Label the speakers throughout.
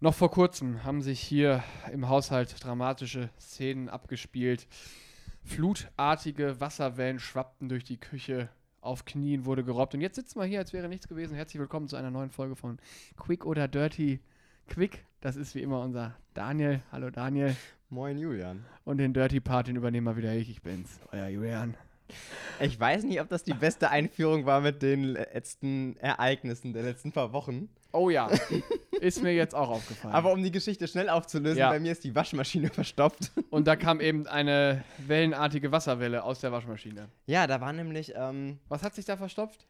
Speaker 1: Noch vor kurzem haben sich hier im Haushalt dramatische Szenen abgespielt. Flutartige Wasserwellen schwappten durch die Küche. Auf Knien wurde gerobbt. Und jetzt sitzen wir hier, als wäre nichts gewesen. Herzlich willkommen zu einer neuen Folge von Quick oder Dirty Quick. Das ist wie immer unser Daniel. Hallo Daniel.
Speaker 2: Moin Julian.
Speaker 1: Und den Dirty Part, den übernehme mal wieder ich. Ich bin's, euer Julian.
Speaker 2: Ich weiß nicht, ob das die beste Einführung war mit den letzten Ereignissen der letzten paar Wochen.
Speaker 1: Oh ja, ist mir jetzt auch aufgefallen.
Speaker 2: Aber um die Geschichte schnell aufzulösen,
Speaker 1: Ja.
Speaker 2: bei mir ist die Waschmaschine verstopft.
Speaker 1: Und da kam eben eine wellenartige Wasserwelle aus der Waschmaschine.
Speaker 2: Ja, da war nämlich, ähm,
Speaker 1: Was hat sich da verstopft?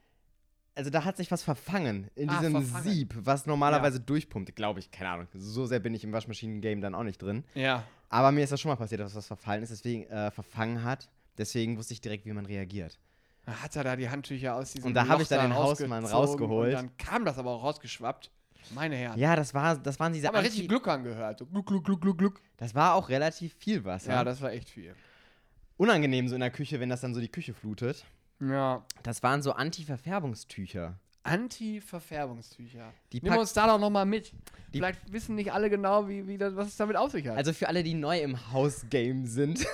Speaker 2: also da hat sich was verfangen in
Speaker 1: Ah,
Speaker 2: diesem
Speaker 1: verfangen.
Speaker 2: Sieb, was normalerweise durchpumpt, glaube ich, keine Ahnung. So sehr bin ich im Waschmaschinen-Game dann auch nicht drin.
Speaker 1: Ja,
Speaker 2: Aber mir ist das schon mal passiert, dass was verfallen ist, deswegen äh, verfangen hat. Deswegen wusste ich direkt, wie man reagiert.
Speaker 1: Da hat er da die Handtücher aus diesem
Speaker 2: Und da hab ich dann
Speaker 1: Loch
Speaker 2: den Hausmann
Speaker 1: rausgezogen
Speaker 2: rausgeholt.
Speaker 1: Und dann kam das aber auch rausgeschwappt. Meine Herren.
Speaker 2: Ja, das, war, das waren diese
Speaker 1: aber richtig
Speaker 2: Anti-
Speaker 1: Gluckern gehört. So gluck, gluck, gluck, gluck, gluck.
Speaker 2: Das war auch relativ viel Wasser.
Speaker 1: Ja, das war echt viel.
Speaker 2: Unangenehm so in der Küche, wenn das dann so die Küche flutet.
Speaker 1: Ja.
Speaker 2: Das waren so Anti-Verfärbungstücher.
Speaker 1: Anti-Verfärbungstücher.
Speaker 2: Die
Speaker 1: Nehmen wir
Speaker 2: pack-
Speaker 1: uns da doch nochmal mit.
Speaker 2: Die-
Speaker 1: Vielleicht wissen nicht alle genau, wie, wie das, was es damit auf sich hat.
Speaker 2: Also für alle, die neu im Hausgame sind.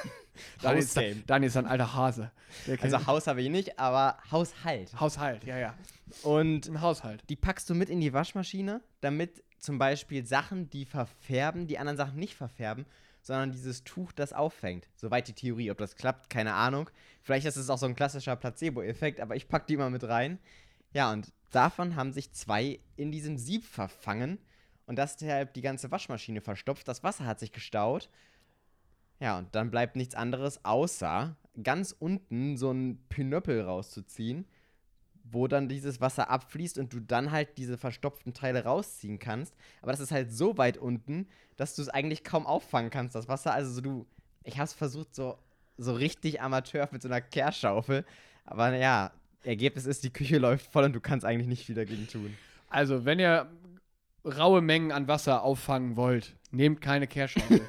Speaker 1: Daniel ist, Daniel ist ein alter Hase. Der kennt
Speaker 2: Also Haus habe ich nicht, aber Haushalt.
Speaker 1: Haushalt, ja, ja.
Speaker 2: Und
Speaker 1: Ein Haushalt.
Speaker 2: die packst du mit in die Waschmaschine, damit zum Beispiel Sachen, die verfärben, die anderen Sachen nicht verfärben, sondern dieses Tuch das auffängt. Soweit die Theorie. Ob das klappt, keine Ahnung. Vielleicht ist es auch so ein klassischer Placebo-Effekt, aber ich pack die immer mit rein. Ja, und davon haben sich zwei in diesem Sieb verfangen und das deshalb die ganze Waschmaschine verstopft. Das Wasser hat sich gestaut. Ja, und dann bleibt nichts anderes, außer ganz unten so einen Pinöppel rauszuziehen wo dann dieses Wasser abfließt und du dann halt diese verstopften Teile rausziehen kannst. Aber das ist halt so weit unten, dass du es eigentlich kaum auffangen kannst, das Wasser. Also so du, ich habe es versucht, so, so richtig Amateur mit so einer Kehrschaufel. Aber naja, Ergebnis ist, die Küche läuft voll und du kannst eigentlich nicht viel dagegen tun.
Speaker 1: Also, wenn ihr raue Mengen an Wasser auffangen wollt, nehmt keine Kehrschaufel.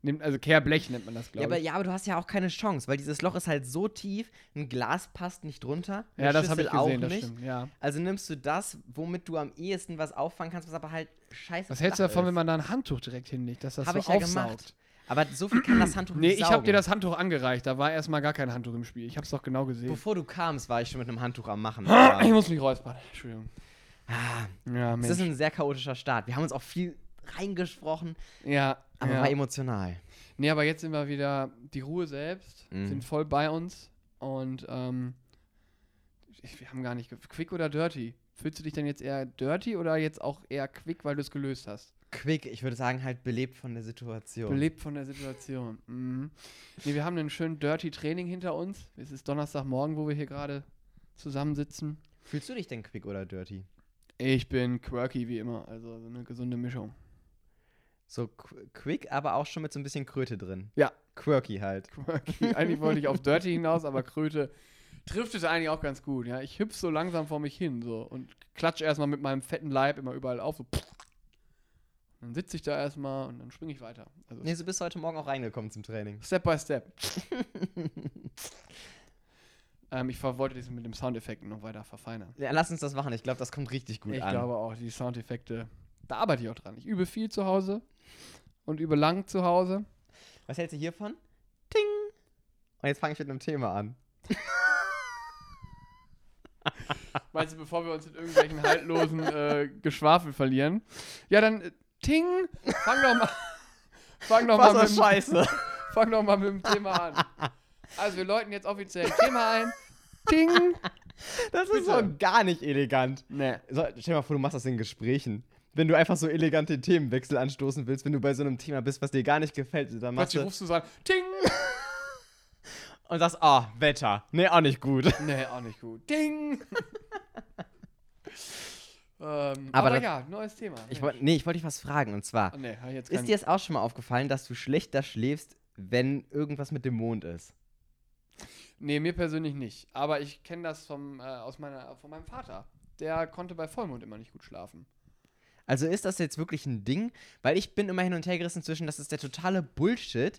Speaker 1: nehmt, also Kehrblech nennt man das, glaube
Speaker 2: Ja
Speaker 1: ich.
Speaker 2: aber, ja, aber du hast ja auch keine Chance, weil dieses Loch ist halt so tief, ein Glas passt nicht drunter. eine
Speaker 1: Ja, das habe ich
Speaker 2: Schüssel
Speaker 1: gesehen, das stimmt, ja.
Speaker 2: Also nimmst du das, womit du am ehesten was auffangen kannst, was aber halt scheiße
Speaker 1: Was hältst du
Speaker 2: flach
Speaker 1: davon,
Speaker 2: ist.
Speaker 1: wenn man da ein Handtuch direkt hinlegt, dass das
Speaker 2: Habe
Speaker 1: so
Speaker 2: ich ja
Speaker 1: aufsaugt?
Speaker 2: gemacht. Aber so viel kann das Handtuch
Speaker 1: Nee,
Speaker 2: nicht
Speaker 1: ich habe dir
Speaker 2: saugen.
Speaker 1: das Handtuch angereicht, da war erstmal gar kein Handtuch im Spiel. Ich habe es doch genau gesehen. Ah,
Speaker 2: Bevor du kamst, war ich schon mit einem Handtuch am Machen.
Speaker 1: Ich
Speaker 2: aber-
Speaker 1: muss mich räuspern, Entschuldigung.
Speaker 2: Ah,
Speaker 1: Ja,
Speaker 2: Es ist
Speaker 1: Mensch.
Speaker 2: ein sehr chaotischer Start. Wir haben uns auch viel reingesprochen,
Speaker 1: Ja,
Speaker 2: aber
Speaker 1: ja.
Speaker 2: war emotional.
Speaker 1: Nee, aber jetzt sind wir wieder die Ruhe selbst,
Speaker 2: Mhm.
Speaker 1: sind voll bei uns und ähm, ich, wir haben gar nicht. ge- Quick oder dirty? Fühlst du dich denn jetzt eher dirty oder jetzt auch eher quick, weil du es gelöst hast?
Speaker 2: Quick, ich würde sagen, halt belebt von der Situation.
Speaker 1: Belebt von der Situation. Mhm. Nee, wir haben einen schönen dirty Training hinter uns. Es ist Donnerstagmorgen, wo wir hier gerade zusammensitzen.
Speaker 2: Fühlst du dich denn quick oder dirty?
Speaker 1: Ich bin quirky wie immer, also so eine gesunde Mischung.
Speaker 2: So qu quick, aber auch schon mit so ein bisschen Kröte drin.
Speaker 1: Ja.
Speaker 2: Quirky halt.
Speaker 1: Quirky. Eigentlich wollte ich auf dirty hinaus, aber Kröte trifft es eigentlich auch ganz gut. Ja, ich hüpf so langsam vor mich hin so und klatsch erstmal mit meinem fetten Leib immer überall auf. So. Dann sitze ich da erstmal und dann springe ich weiter. Also
Speaker 2: Nee, du bist heute Morgen auch reingekommen zum Training.
Speaker 1: Step by Step. ähm, ich ver- wollte das mit dem Soundeffekten noch weiter verfeinern.
Speaker 2: Ja, lass uns das machen. Ich glaube, das kommt richtig gut
Speaker 1: ich
Speaker 2: an.
Speaker 1: glaube auch, die Soundeffekte, da arbeite ich auch dran. Ich übe viel zu Hause und übe lang zu Hause.
Speaker 2: Was hältst du hiervon? Ting! Und jetzt fange ich mit einem Thema an.
Speaker 1: Meinst du, bevor wir uns in irgendwelchen haltlosen äh, Geschwafel verlieren? Ja, dann äh, Ting, fang doch mal, fang doch mal, mit,
Speaker 2: Was
Speaker 1: dem-
Speaker 2: scheiße?
Speaker 1: fang doch mal mit dem Thema an. Also wir läuten jetzt offiziell ein Thema ein. Ting.
Speaker 2: Das
Speaker 1: Bitte.
Speaker 2: ist so gar nicht elegant.
Speaker 1: Ne.
Speaker 2: So, stell dir mal vor, du machst das in Gesprächen. Wenn du einfach so elegant den Themenwechsel anstoßen willst, wenn du bei so einem Thema bist, was dir gar nicht gefällt, dann machst
Speaker 1: Plötzlich
Speaker 2: du
Speaker 1: rufst du so an, Ting.
Speaker 2: und sagst, ah, Wetter. Nee, auch nicht gut.
Speaker 1: Nee, auch nicht gut. Ding. ähm, aber
Speaker 2: Aber das-
Speaker 1: ja, neues Thema.
Speaker 2: Ich wollt, nee, ich wollte dich was fragen und zwar,
Speaker 1: Ah, nee, hab ich jetzt
Speaker 2: ist
Speaker 1: keinen-
Speaker 2: dir es auch schon mal aufgefallen, dass du schlechter schläfst, wenn irgendwas mit dem Mond ist?
Speaker 1: Nee, mir persönlich nicht. Aber ich kenne das vom, äh, aus meiner, von meinem Vater. Der konnte bei Vollmond immer nicht gut schlafen.
Speaker 2: Also ist das jetzt wirklich ein Ding? Weil ich bin immer hin und her gerissen zwischen, das ist der totale Bullshit.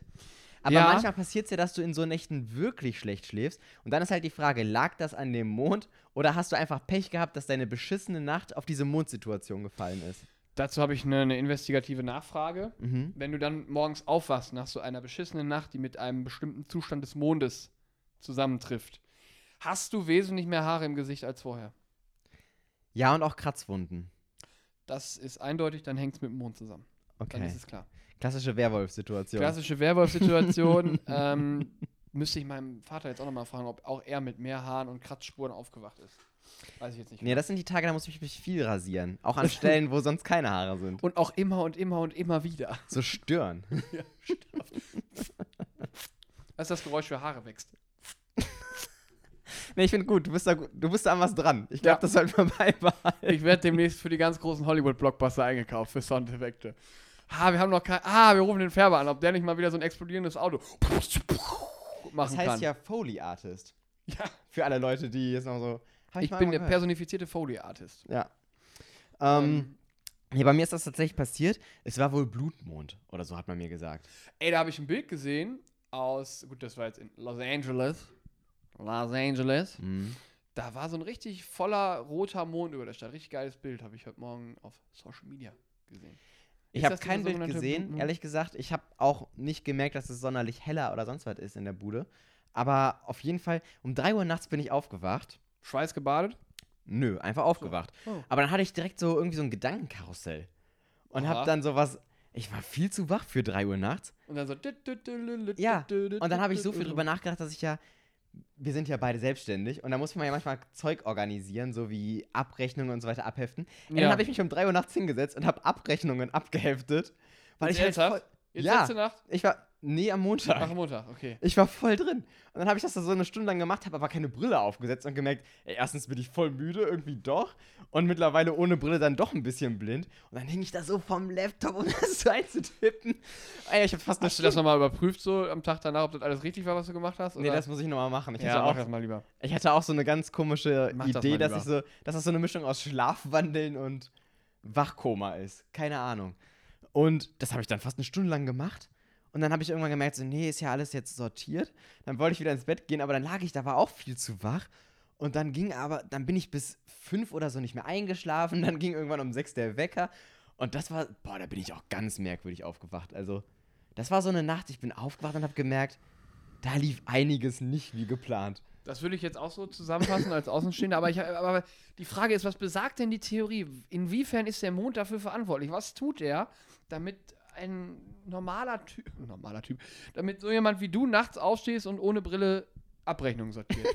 Speaker 2: Aber
Speaker 1: Ja.
Speaker 2: manchmal passiert es ja, dass du in so Nächten wirklich schlecht schläfst. Und dann ist halt die Frage, lag das an dem Mond oder hast du einfach Pech gehabt, dass deine beschissene Nacht auf diese Mondsituation gefallen ist?
Speaker 1: Dazu habe ich eine, eine investigative Nachfrage.
Speaker 2: Mhm.
Speaker 1: Wenn du dann morgens aufwachst nach so einer beschissenen Nacht, die mit einem bestimmten Zustand des Mondes zusammentrifft, hast du wesentlich mehr Haare im Gesicht als vorher.
Speaker 2: Ja, und auch Kratzwunden.
Speaker 1: Das ist eindeutig, dann hängt es mit dem Mond zusammen. Dann
Speaker 2: Okay.
Speaker 1: ist es klar.
Speaker 2: Klassische Werwolf-Situation.
Speaker 1: Klassische Werwolf-Situation. ähm, müsste ich meinem Vater jetzt auch nochmal fragen, ob auch er mit mehr Haaren und Kratzspuren aufgewacht ist. Weiß ich jetzt nicht.
Speaker 2: Nee, das sind die Tage, da muss ich mich viel rasieren. Auch an Stellen, wo sonst keine Haare sind.
Speaker 1: Und auch immer und immer und immer wieder.
Speaker 2: So Stirn.
Speaker 1: Das ist das Geräusch für Haare wächst.
Speaker 2: Nee, ich finde gut, du bist, da, gu- du bist da an was dran. Ich glaube,
Speaker 1: Ja.
Speaker 2: das sollten wir beibehalten.
Speaker 1: Ich werde demnächst für die ganz großen Hollywood-Blockbuster eingekauft für Soundeffekte. Ah, wir haben noch kein. Ah, wir rufen den Färber an, ob der nicht mal wieder so ein explodierendes Auto machen
Speaker 2: Das heißt
Speaker 1: kann.
Speaker 2: ja Foley Artist.
Speaker 1: Ja,
Speaker 2: Für alle Leute, die jetzt noch so. Hab
Speaker 1: ich
Speaker 2: mal
Speaker 1: bin der
Speaker 2: einmal gehört.
Speaker 1: personifizierte Foley-Artist.
Speaker 2: Ja. Ähm, nee, bei mir ist das tatsächlich passiert. Es war wohl Blutmond oder so hat man mir gesagt.
Speaker 1: Ey, da habe ich ein Bild gesehen aus. Gut, das war jetzt in Los Angeles. Los Angeles.
Speaker 2: Mhm.
Speaker 1: Da war so ein richtig voller roter Mond über der Stadt. Richtig geiles Bild habe ich heute Morgen auf Social Media gesehen.
Speaker 2: Ich
Speaker 1: Ist
Speaker 2: habe
Speaker 1: das dieser
Speaker 2: kein Bild
Speaker 1: sogenannte
Speaker 2: gesehen,
Speaker 1: Blutmond?
Speaker 2: ehrlich gesagt. Ich habe auch nicht gemerkt, dass es sonderlich heller oder sonst was ist in der Bude. Aber auf jeden Fall, um 3 Uhr nachts bin ich aufgewacht.
Speaker 1: Schweiß gebadet.
Speaker 2: Nö, einfach aufgewacht.
Speaker 1: Oh.
Speaker 2: Aber dann hatte ich direkt so irgendwie so ein Gedankenkarussell. Und
Speaker 1: Aha.
Speaker 2: habe dann sowas. Ich war viel zu wach für 3 Uhr nachts.
Speaker 1: Und dann so.
Speaker 2: Ja, Und dann habe ich so viel drüber nachgedacht, dass ich ja, wir sind ja beide selbstständig und da muss man ja manchmal Zeug organisieren, so wie Abrechnungen und so weiter abheften. Und
Speaker 1: Ja.
Speaker 2: Dann habe ich mich um 3 Uhr nachts hingesetzt und habe Abrechnungen abgeheftet, weil ich halt voll,
Speaker 1: Ernsthaft? Jetzt
Speaker 2: Ja.
Speaker 1: letzte Nacht?
Speaker 2: ich war nee am Montag.
Speaker 1: Ach, Montag, okay.
Speaker 2: Ich war voll drin. Und dann habe ich das da so eine Stunde lang gemacht, habe aber keine Brille aufgesetzt und gemerkt, ey, erstens bin ich voll müde, irgendwie doch. Und mittlerweile ohne Brille dann doch ein bisschen blind. Und dann hing ich da so vom Laptop, um das so einzutippen. Ey, ich habe fast eine
Speaker 1: Hast du das
Speaker 2: Stunde-
Speaker 1: nochmal überprüft, so am Tag danach, ob das alles richtig war, was du gemacht hast?
Speaker 2: Nee, das muss ich nochmal machen. Ich hatte
Speaker 1: ja,
Speaker 2: auch
Speaker 1: mach das mal lieber.
Speaker 2: Ich hatte auch so eine ganz komische
Speaker 1: Mach das mal
Speaker 2: Idee, dass
Speaker 1: lieber.
Speaker 2: ich so, dass das so eine Mischung aus Schlafwandeln und Wachkoma ist. Keine Ahnung. Und das habe ich dann fast eine Stunde lang gemacht. Und dann habe ich irgendwann gemerkt, so, nee, ist ja alles jetzt sortiert. Dann wollte ich wieder ins Bett gehen, aber dann lag ich da, war auch viel zu wach. Und dann ging aber, dann bin ich bis fünf oder so nicht mehr eingeschlafen. Dann ging irgendwann um sechs der Wecker. Und das war, boah, da bin ich auch ganz merkwürdig aufgewacht. Also, das war so eine Nacht, ich bin aufgewacht und habe gemerkt, da lief einiges nicht wie geplant.
Speaker 1: Das würde ich jetzt auch so zusammenfassen als Außenstehender, aber, ich, aber die Frage ist, was besagt denn die Theorie? Inwiefern ist der Mond dafür verantwortlich? Was tut er, damit ein normaler Typ, normaler Typ, damit so jemand wie du nachts aufstehst und ohne Brille Abrechnungen sortiert?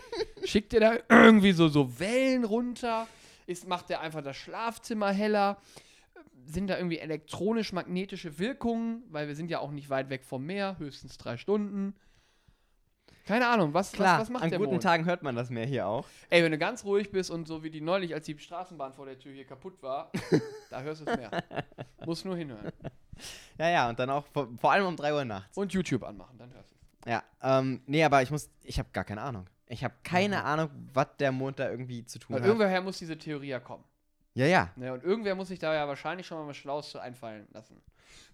Speaker 1: Schickt dir da irgendwie so, so Wellen runter? Ist, macht der einfach das Schlafzimmer heller? Sind da irgendwie elektronisch-magnetische Wirkungen? Weil wir sind ja auch nicht weit weg vom Meer, höchstens drei Stunden. Keine Ahnung, was,
Speaker 2: Klar,
Speaker 1: was, was macht
Speaker 2: an
Speaker 1: der
Speaker 2: guten
Speaker 1: Mond?
Speaker 2: Tagen hört man das mehr hier auch.
Speaker 1: Ey, wenn du ganz ruhig bist und so wie die neulich, als die Straßenbahn vor der Tür hier kaputt war, da hörst du es mehr. Muss nur hinhören.
Speaker 2: Ja, ja, und dann auch vor, vor allem um 3 Uhr nachts.
Speaker 1: Und YouTube anmachen, dann hörst du es.
Speaker 2: Ja, ähm, nee, aber ich muss, ich habe gar keine Ahnung. Ich habe keine
Speaker 1: Mhm.
Speaker 2: Ahnung, was der Mond da irgendwie zu tun
Speaker 1: Weil
Speaker 2: hat.
Speaker 1: irgendwoher muss diese Theorie ja kommen.
Speaker 2: Ja, ja.
Speaker 1: Ne? Und irgendwer muss sich da ja wahrscheinlich schon mal was Schlaues zu einfallen lassen.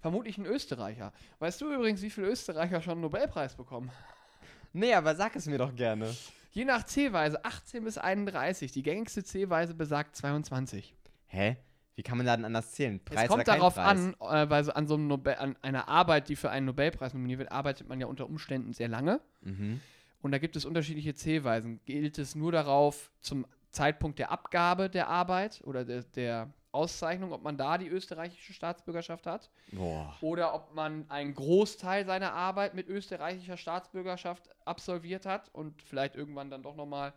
Speaker 1: Vermutlich ein Österreicher. Weißt du übrigens, wie viele Österreicher schon einen Nobelpreis bekommen?
Speaker 2: Nee, aber sag es mir doch gerne.
Speaker 1: Je nach C-Weise 18 bis 31. Die gängigste C-Weise besagt 22.
Speaker 2: Hä? Wie kann man da denn anders zählen?
Speaker 1: es kommt darauf an, äh, weil so an so einem Nobel, an einer Arbeit, die für einen Nobelpreis nominiert wird, arbeitet man ja unter Umständen sehr lange.
Speaker 2: Mhm.
Speaker 1: Und da gibt es unterschiedliche Zählweisen. Gilt es nur darauf, zum Zeitpunkt der Abgabe der Arbeit oder der, der Auszeichnung, ob man da die österreichische Staatsbürgerschaft hat
Speaker 2: Boah.
Speaker 1: oder ob man einen Großteil seiner Arbeit mit österreichischer Staatsbürgerschaft absolviert hat und vielleicht irgendwann dann doch nochmal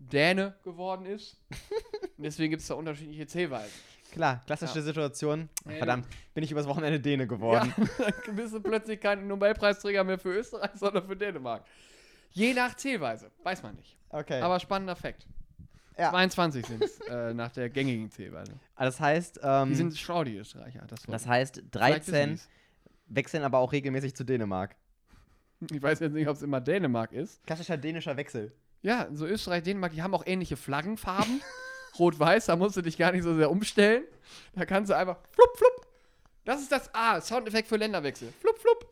Speaker 1: Däne geworden ist. Und Deswegen gibt es da unterschiedliche Zählweisen.
Speaker 2: Klar, klassische
Speaker 1: Ja.
Speaker 2: Situation.
Speaker 1: Ja, ja.
Speaker 2: Verdammt, bin ich übers Wochenende Däne geworden.
Speaker 1: Ja, dann bist du plötzlich kein Nobelpreisträger mehr für Österreich, sondern für Dänemark. Je nach Zählweise, weiß man nicht.
Speaker 2: Okay.
Speaker 1: Aber spannender Fakt.
Speaker 2: Ja.
Speaker 1: 22 sind es äh, nach der gängigen Zählweise.
Speaker 2: das heißt, ähm,
Speaker 1: Die sind schlau, die Österreicher. Das, war-
Speaker 2: das heißt,
Speaker 1: Vielleicht wissen
Speaker 2: 13
Speaker 1: die's.
Speaker 2: wechseln aber auch regelmäßig zu Dänemark.
Speaker 1: Ich weiß jetzt nicht, ob es immer Dänemark ist.
Speaker 2: Klassischer dänischer Wechsel.
Speaker 1: Ja, so Österreich, Dänemark, die haben auch ähnliche Flaggenfarben. Rot-Weiß, da musst du dich gar nicht so sehr umstellen. Da kannst du einfach flupp, flupp. Das ist das A, Soundeffekt für Länderwechsel. Flupp, flupp.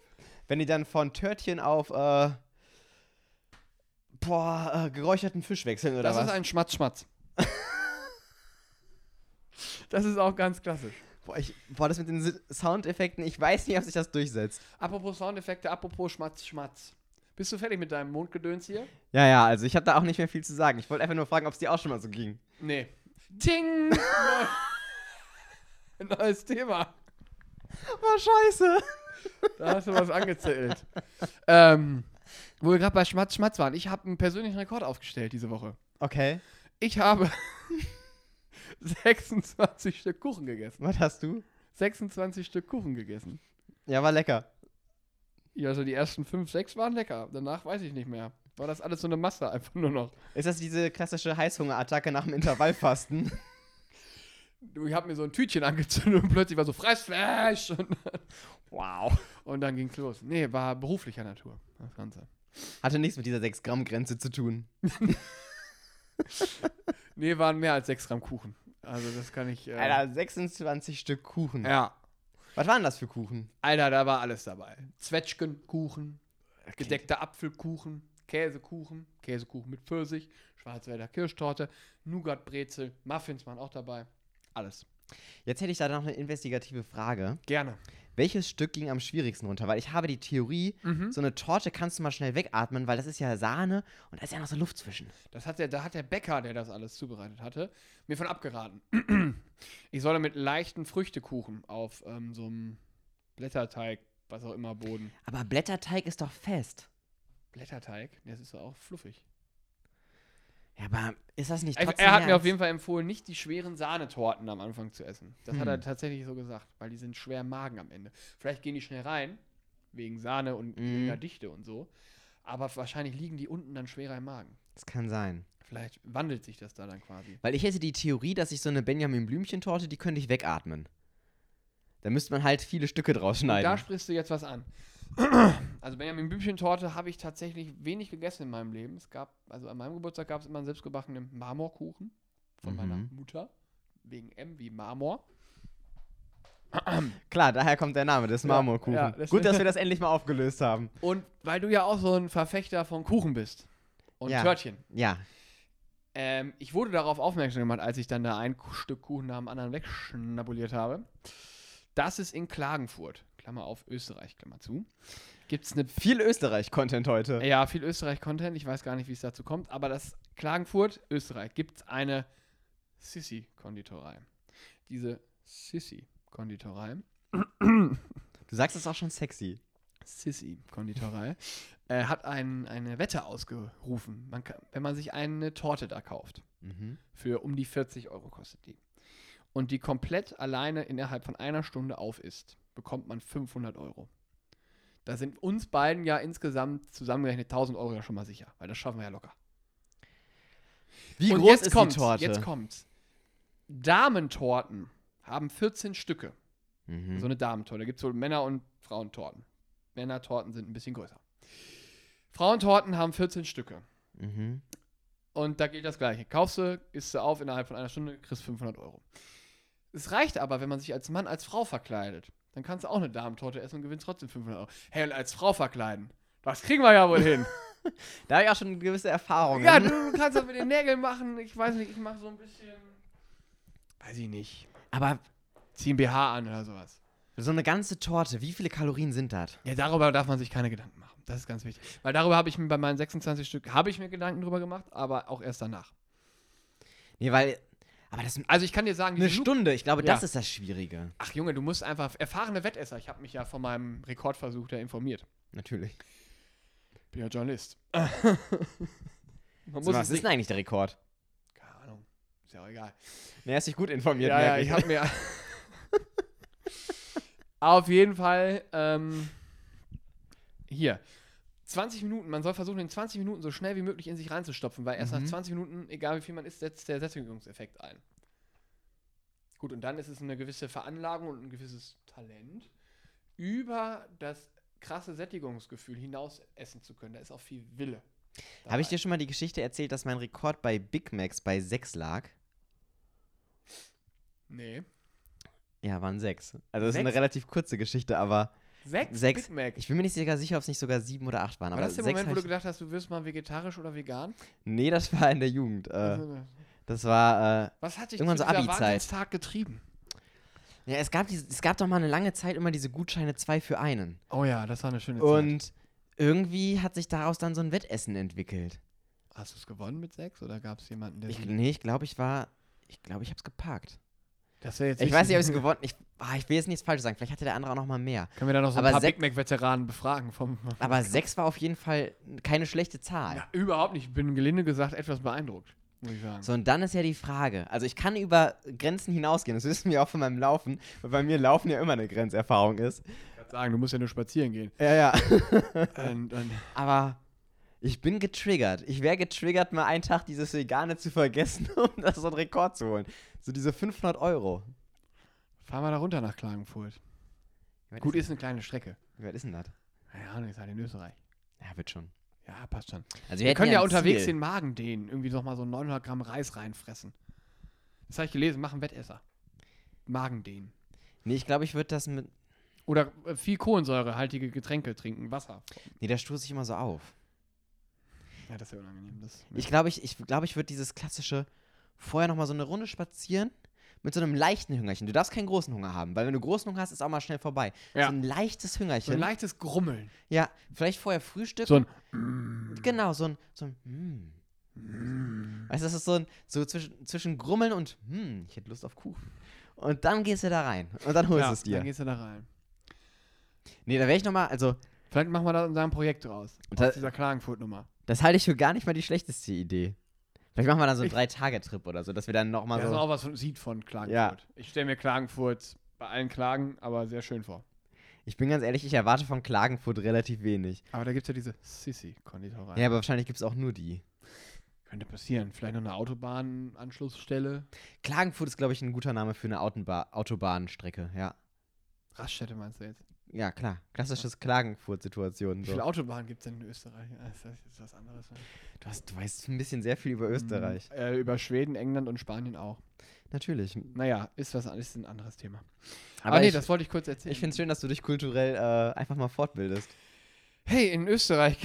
Speaker 2: Wenn die dann von Törtchen auf äh, boah, äh, geräucherten Fisch wechseln oder
Speaker 1: das
Speaker 2: was?
Speaker 1: ist ein Schmatz, Schmatz. Das ist auch ganz klassisch.
Speaker 2: Boah, ich, boah, das mit den S- Soundeffekten, ich weiß nicht, ob sich das durchsetzt.
Speaker 1: Apropos Soundeffekte, apropos Schmatz, Schmatz. Bist du fertig mit deinem Mondgedöns hier?
Speaker 2: Ja, ja, also ich habe da auch nicht mehr viel zu sagen. Ich wollte einfach nur fragen, ob es dir auch schon mal so ging.
Speaker 1: Nee. Ting! Neu- Neues Thema.
Speaker 2: Oh, scheiße.
Speaker 1: Da hast du was angezählt. ähm, wo wir gerade bei Schmatz, Schmatz waren. Ich habe einen persönlichen Rekord aufgestellt diese Woche.
Speaker 2: Okay,
Speaker 1: Ich habe 26 Stück Kuchen gegessen.
Speaker 2: was hast du?
Speaker 1: 26 Stück Kuchen gegessen.
Speaker 2: Ja, war lecker.
Speaker 1: Ja, also die ersten 5, 6 waren lecker. Danach weiß ich nicht mehr. War das alles so eine Masse einfach nur noch.
Speaker 2: Ist das diese klassische Heißhungerattacke nach dem Intervallfasten?
Speaker 1: Ich habe mir so ein Tütchen angezündet und plötzlich war so Fressfleisch und,
Speaker 2: wow.
Speaker 1: und dann ging's los. Nee, war beruflicher Natur, das Ganze.
Speaker 2: Hatte nichts mit dieser 6-Gramm-Grenze zu tun.
Speaker 1: Nee, waren mehr als 6 Gramm Kuchen. Also das kann ich. Äh,
Speaker 2: Alter, 26 Stück Kuchen.
Speaker 1: Ja.
Speaker 2: Was waren das für Kuchen?
Speaker 1: Alter, da war alles dabei. Zwetschgenkuchen, gedeckter Apfelkuchen, Käsekuchen, Käsekuchen mit Pfirsich, Schwarzwälder Kirschtorte, Nougatbrezel, Muffins waren auch dabei. Alles.
Speaker 2: Jetzt hätte ich da noch eine investigative Frage.
Speaker 1: Gerne.
Speaker 2: Welches Stück ging am schwierigsten runter? Weil ich habe die Theorie,
Speaker 1: Mhm.
Speaker 2: so eine Torte kannst du mal schnell wegatmen, weil das ist ja Sahne und da ist ja noch so Luft zwischen.
Speaker 1: Das hat der, da hat der Bäcker, der das alles zubereitet hatte, mir von abgeraten. Ich solle mit leichten Früchtekuchen auf ähm, so einem Blätterteig, was auch immer, Boden.
Speaker 2: Aber Blätterteig ist doch fest.
Speaker 1: Blätterteig? Das ist ja auch fluffig.
Speaker 2: Ja, aber ist das nicht
Speaker 1: Er,
Speaker 2: trotzdem
Speaker 1: er hat mir
Speaker 2: ernst?
Speaker 1: auf jeden Fall empfohlen, nicht die schweren Sahnetorten am Anfang zu essen. Das hat er
Speaker 2: Hm.
Speaker 1: tatsächlich so gesagt, weil die sind schwer im Magen am Ende. Vielleicht gehen die schnell rein, wegen Sahne und
Speaker 2: Mm.
Speaker 1: geringer Dichte und so. Aber wahrscheinlich liegen die unten dann schwerer im Magen.
Speaker 2: Das kann sein.
Speaker 1: Vielleicht wandelt sich das da dann quasi.
Speaker 2: Weil ich hätte die Theorie, dass ich so eine Benjamin-Blümchen-Torte, die könnte ich wegatmen. Da müsste man halt viele Stücke draus
Speaker 1: Und da
Speaker 2: schneiden.
Speaker 1: sprichst du jetzt was an. Also Benjamin Blümchen-Torte habe ich tatsächlich wenig gegessen in meinem Leben. Es gab, also an meinem Geburtstag gab es immer einen selbstgebackenen Marmorkuchen von meiner
Speaker 2: Mhm.
Speaker 1: Mutter. Wegen M wie Marmor.
Speaker 2: Klar, daher kommt der Name des
Speaker 1: Ja,
Speaker 2: Marmorkuchen.
Speaker 1: ja, das-
Speaker 2: Gut, dass wir das endlich mal aufgelöst haben.
Speaker 1: Und weil du ja auch so ein Verfechter von Kuchen bist und
Speaker 2: Ja.
Speaker 1: Törtchen.
Speaker 2: Ja,
Speaker 1: Ähm, ich wurde darauf aufmerksam gemacht, als ich dann da ein Ku- Stück Kuchen nach dem anderen wegschnabuliert habe. Das ist in Klagenfurt, Klammer auf Österreich, Klammer zu. Gibt es eine.
Speaker 2: viel Österreich-Content heute.
Speaker 1: Ja, viel Österreich-Content. Ich weiß gar nicht, wie es dazu kommt. Aber das Klagenfurt, Österreich, gibt es eine Sissi-Konditorei. Diese Sissi-Konditorei
Speaker 2: Du sagst es auch schon sexy.
Speaker 1: Sissy Konditorei, äh, hat ein, eine Wette ausgerufen. Man kann, wenn man sich eine Torte da kauft,
Speaker 2: Mhm.
Speaker 1: für um die 40 Euro kostet die, und die komplett alleine innerhalb von einer Stunde auf ist, bekommt man 500 Euro. Da sind uns beiden ja insgesamt zusammengerechnet 1000 Euro ja schon mal sicher, weil das schaffen wir ja locker.
Speaker 2: Wie
Speaker 1: Und
Speaker 2: groß
Speaker 1: jetzt
Speaker 2: ist
Speaker 1: kommt's,
Speaker 2: die Torte?
Speaker 1: Jetzt kommt's. Damentorten haben 14 Stücke.
Speaker 2: mhm.
Speaker 1: So eine Damentorte. Da gibt es wohl Männer- und Frauentorten. Männertorten sind ein bisschen größer. Frauentorten haben 14 Stücke.
Speaker 2: mhm.
Speaker 1: Und da gilt das Gleiche. Kaufst du, isst du auf innerhalb von einer Stunde, kriegst 500 Euro. Es reicht aber, wenn man sich als Mann als Frau verkleidet. Dann kannst du auch eine Damentorte essen und gewinnst trotzdem 500 Euro. Hey, und als Frau verkleiden. Das kriegen wir ja wohl hin. Mhm.
Speaker 2: Da habe ich auch schon gewisse Erfahrungen.
Speaker 1: ja, du kannst das mit den Nägeln machen. Ich weiß nicht, ich mache so ein bisschen. Weiß ich nicht.
Speaker 2: Aber
Speaker 1: Zieh ein BH an oder sowas.
Speaker 2: so eine ganze Torte, wie viele Kalorien sind das?
Speaker 1: Ja, darüber darf man sich keine Gedanken machen. Das ist ganz wichtig. Weil darüber habe ich mir bei meinen 26 Stück, habe ich mir Gedanken drüber gemacht, aber auch erst danach.
Speaker 2: Nee, weil. Aber das ist
Speaker 1: Also ich kann dir sagen,
Speaker 2: eine
Speaker 1: diese Nu-
Speaker 2: Stunde. Ich glaube,
Speaker 1: Ja.
Speaker 2: das ist das Schwierige.
Speaker 1: Ach Junge, du musst einfach, erfahrene Wettesser, ich habe mich ja von meinem Rekordversuch da informiert.
Speaker 2: Natürlich.
Speaker 1: Bin ja Journalist. man
Speaker 2: So,
Speaker 1: muss
Speaker 2: was
Speaker 1: es
Speaker 2: ist
Speaker 1: nicht,
Speaker 2: denn eigentlich der Rekord?
Speaker 1: keine Ahnung, ist ja auch egal.
Speaker 2: Nee, er ist sich gut informiert.
Speaker 1: Ja, ja,
Speaker 2: merke
Speaker 1: ich habe mir. Auf jeden Fall, ähm, hier. 20 Minuten, man soll versuchen, in 20 Minuten so schnell wie möglich in sich reinzustopfen, weil erst
Speaker 2: Mhm.
Speaker 1: nach 20 Minuten, egal wie viel man isst, setzt der Sättigungseffekt ein. Gut, und dann ist es eine gewisse Veranlagung und ein gewisses Talent, über das krasse Sättigungsgefühl hinaus essen zu können. Da ist auch viel Wille.
Speaker 2: Habe ich
Speaker 1: dabei.
Speaker 2: dir schon mal die Geschichte erzählt, dass mein Rekord bei Big Macs bei 6 lag?
Speaker 1: Nee.
Speaker 2: Ja, waren 6. Also, das ist eine
Speaker 1: Sechs?
Speaker 2: relativ kurze Geschichte, aber
Speaker 1: Sechs,
Speaker 2: Sechs.
Speaker 1: Big Mac.
Speaker 2: ich bin mir nicht sogar sicher, ob es nicht sogar 7 oder 8 waren.
Speaker 1: War
Speaker 2: Aber
Speaker 1: das der
Speaker 2: sechs
Speaker 1: Moment, wo
Speaker 2: hab
Speaker 1: du
Speaker 2: ich,
Speaker 1: gedacht hast, du wirst mal vegetarisch oder vegan?
Speaker 2: Nee, das war in der Jugend. Äh,
Speaker 1: Also,
Speaker 2: Das war, äh,
Speaker 1: Was hat dich
Speaker 2: Irgendwann
Speaker 1: zu
Speaker 2: so
Speaker 1: dieser
Speaker 2: Abi-Zeit.
Speaker 1: Wahnsinnstag getrieben?
Speaker 2: ja, es gab, diese, es gab doch mal eine lange Zeit immer diese Gutscheine zwei für einen.
Speaker 1: Oh ja, das war eine schöne Zeit.
Speaker 2: Und irgendwie hat sich daraus dann so ein Wettessen entwickelt.
Speaker 1: Hast du es gewonnen mit sechs oder gab es jemanden, der.
Speaker 2: Ich,
Speaker 1: sie-
Speaker 2: nee, ich glaube, ich war, ich glaube, ich hab's geparkt.
Speaker 1: das wär jetzt
Speaker 2: Ich weiß nicht, ob ich
Speaker 1: wichtig.
Speaker 2: es gewonnen ich, ah, ich will jetzt nichts Falsches sagen. Vielleicht hatte der andere auch noch mal mehr.
Speaker 1: Können wir da noch so ein
Speaker 2: Aber
Speaker 1: paar
Speaker 2: sech-
Speaker 1: Big Mac-Veteranen befragen? Vom
Speaker 2: Aber sechs war auf jeden Fall keine schlechte Zahl.
Speaker 1: ja, überhaupt nicht. Ich bin gelinde gesagt etwas beeindruckt, muss ich sagen.
Speaker 2: So, und dann ist ja die Frage. Also, ich kann über Grenzen hinausgehen. Das wissen wir auch von meinem Laufen, weil bei mir Laufen ja immer eine Grenzerfahrung ist.
Speaker 1: Ich kann sagen, du musst ja nur spazieren gehen.
Speaker 2: Ja, ja.
Speaker 1: Und, und
Speaker 2: Aber ich bin getriggert. Ich wäre getriggert, mal einen Tag dieses Vegane zu vergessen, um das so einen Rekord zu holen. So diese 500 Euro.
Speaker 1: fahren wir da runter nach Klagenfurt. Gut, ist eine kleine Strecke.
Speaker 2: Wer ist denn das?
Speaker 1: Keine Ahnung, ist halt in Österreich.
Speaker 2: Ja, wird schon.
Speaker 1: Ja, passt schon.
Speaker 2: Also
Speaker 1: Wir
Speaker 2: hätten
Speaker 1: können ja
Speaker 2: ein
Speaker 1: unterwegs
Speaker 2: Ziel.
Speaker 1: den Magen dehnen. Irgendwie nochmal so 900 Gramm Reis reinfressen. Das habe ich gelesen, machen Wettesser. Magen dehnen.
Speaker 2: Nee, ich glaube, ich würde das mit.
Speaker 1: Oder äh, viel kohlensäurehaltige Getränke trinken, Wasser.
Speaker 2: Nee, da stoße ich immer so auf.
Speaker 1: Ja, das ist ja unangenehm. Das
Speaker 2: Ich glaube, ich, ich, glaub, ich würde dieses klassische vorher nochmal so eine Runde spazieren mit so einem leichten Hungerchen. Du darfst keinen großen Hunger haben, weil wenn du großen Hunger hast, ist auch mal schnell vorbei.
Speaker 1: Ja.
Speaker 2: So ein leichtes
Speaker 1: so
Speaker 2: Hungerchen.
Speaker 1: ein leichtes Grummeln.
Speaker 2: ja, vielleicht vorher Frühstück.
Speaker 1: So ein.
Speaker 2: Genau, so ein, Hm. so ein mm. Weißt du, das ist so ein, so zwischen, zwischen Grummeln und hm, ich hätte Lust auf Kuchen. Und dann gehst du da rein und dann holst du
Speaker 1: ja,
Speaker 2: es dir.
Speaker 1: Dann gehst du da rein.
Speaker 2: nee, da wäre ich nochmal, also
Speaker 1: Vielleicht machen wir da unser Projekt draus.
Speaker 2: Und da-
Speaker 1: Aus dieser Klagenfurt-Nummer.
Speaker 2: das halte ich für gar nicht mal die schlechteste Idee. Vielleicht machen wir dann so einen
Speaker 1: Ich-
Speaker 2: Drei-Tage-Trip oder so, dass wir dann nochmal
Speaker 1: Also, dass man
Speaker 2: so...
Speaker 1: auch was von, sieht von Klagenfurt.
Speaker 2: Ja.
Speaker 1: Ich stelle mir Klagenfurt bei allen Klagen aber sehr schön vor.
Speaker 2: Ich bin ganz ehrlich, ich erwarte von Klagenfurt relativ wenig.
Speaker 1: Aber da gibt es ja diese Sissi-Konditorei.
Speaker 2: Ja, aber wahrscheinlich gibt es auch nur die.
Speaker 1: Könnte passieren. Vielleicht noch eine Autobahnanschlussstelle.
Speaker 2: Klagenfurt ist, glaube ich, ein guter Name für eine Autoba Autobahnstrecke, ja.
Speaker 1: Raststätte meinst du jetzt?
Speaker 2: Ja, klar. Klassisches Klagenfurt-Situation.
Speaker 1: Wie viele
Speaker 2: So.
Speaker 1: Autobahnen gibt es denn in Österreich? Ja, Das ist jetzt was anderes. ne?
Speaker 2: Du, hast, du weißt ein bisschen sehr viel über Österreich.
Speaker 1: Äh, über Schweden, England und Spanien auch.
Speaker 2: Natürlich.
Speaker 1: Naja, ist, was, an- ist ein anderes Thema.
Speaker 2: Aber
Speaker 1: ah, nee,
Speaker 2: ich,
Speaker 1: das wollte ich kurz erzählen.
Speaker 2: ich finde es schön, dass du dich kulturell äh, einfach mal fortbildest.
Speaker 1: hey, in Österreich.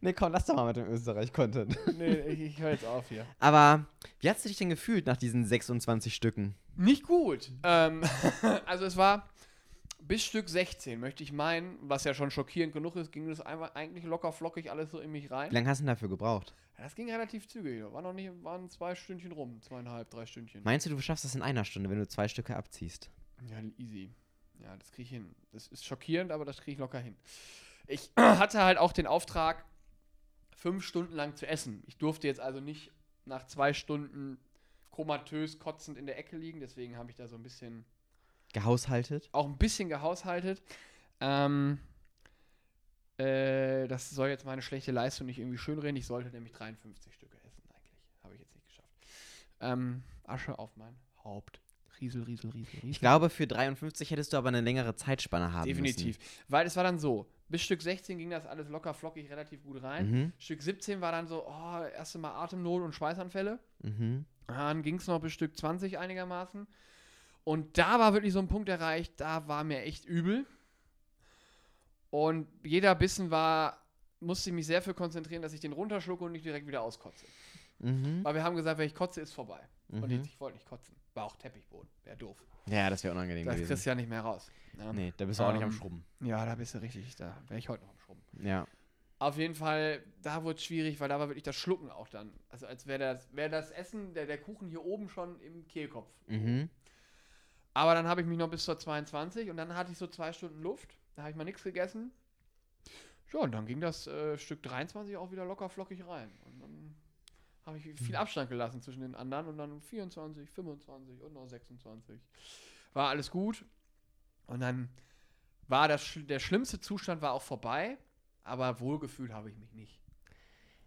Speaker 2: Nee, komm, lass doch mal mit dem Österreich-Content.
Speaker 1: nee, ich, ich höre jetzt auf hier.
Speaker 2: Aber wie hast du dich denn gefühlt nach diesen 26 Stücken?
Speaker 1: Nicht gut. Ähm, also es war bis Stück 16, möchte ich meinen, was ja schon schockierend genug ist, ging das einmal eigentlich locker flockig alles so in mich rein.
Speaker 2: Wie lange hast du denn dafür gebraucht?
Speaker 1: Das ging relativ zügig. War noch nicht, waren zwei Stündchen rum, zweieinhalb, drei Stündchen.
Speaker 2: Meinst du, du schaffst das in einer Stunde, wenn du zwei Stücke abziehst?
Speaker 1: Ja, easy. Ja, das kriege ich hin. Das ist schockierend, aber das kriege ich locker hin. Ich hatte halt auch den Auftrag, fünf Stunden lang zu essen. Ich durfte jetzt also nicht nach zwei Stunden komatös kotzend in der Ecke liegen, deswegen habe ich da so ein bisschen
Speaker 2: Gehaushaltet?
Speaker 1: auch ein bisschen gehaushaltet. Ähm, äh, das soll jetzt meine schlechte Leistung nicht irgendwie schönreden. Ich sollte nämlich 53 Stücke essen, eigentlich. Habe ich jetzt nicht geschafft. Ähm, Asche auf mein Haupt. Riesel, Riesel, Riesel, Riesel.
Speaker 2: Ich glaube, für 53 hättest du aber eine längere Zeitspanne haben
Speaker 1: Definitiv. Weil es war dann so, bis Stück 16 ging das alles locker flockig relativ gut rein.
Speaker 2: müssen. Mhm.
Speaker 1: Stück 17 war dann so, oh, erste Mal Atemnot und Schweißanfälle.
Speaker 2: Mhm. Mhm.
Speaker 1: Dann ging es noch bis Stück 20 einigermaßen. Und da war wirklich so ein Punkt erreicht, da war mir echt übel. Und jeder Bissen war, musste ich mich sehr für konzentrieren, dass ich den runterschlucke und nicht direkt wieder auskotze.
Speaker 2: Mhm.
Speaker 1: Weil wir haben gesagt, wenn ich kotze, ist vorbei. Und
Speaker 2: Mhm.
Speaker 1: ich, ich wollte nicht kotzen. War auch Teppichboden. Wäre doof.
Speaker 2: Ja, das wäre unangenehm
Speaker 1: Das kriegst
Speaker 2: gewesen.
Speaker 1: du ja nicht mehr raus. Ja.
Speaker 2: Nee, da bist du auch nicht am
Speaker 1: Ähm,
Speaker 2: Schrubben.
Speaker 1: ja, da bist du richtig. Da wäre ich heute noch am Schrubben.
Speaker 2: Ja.
Speaker 1: Auf jeden Fall, da wurde es schwierig, weil da war wirklich das Schlucken auch dann. Also als wäre das, wär das Essen, der, der Kuchen hier oben schon im Kehlkopf.
Speaker 2: Mhm.
Speaker 1: Aber dann habe ich mich noch bis zur 22 und dann hatte ich so zwei Stunden Luft. Da habe ich mal nichts gegessen. Ja, und dann ging das äh, Stück 23 auch wieder locker flockig rein. Und dann habe ich viel Abstand gelassen zwischen den anderen und dann 24, 25 und noch 26. War alles gut. Und dann war das, schl- der schlimmste Zustand war auch vorbei, aber wohlgefühlt habe ich mich nicht.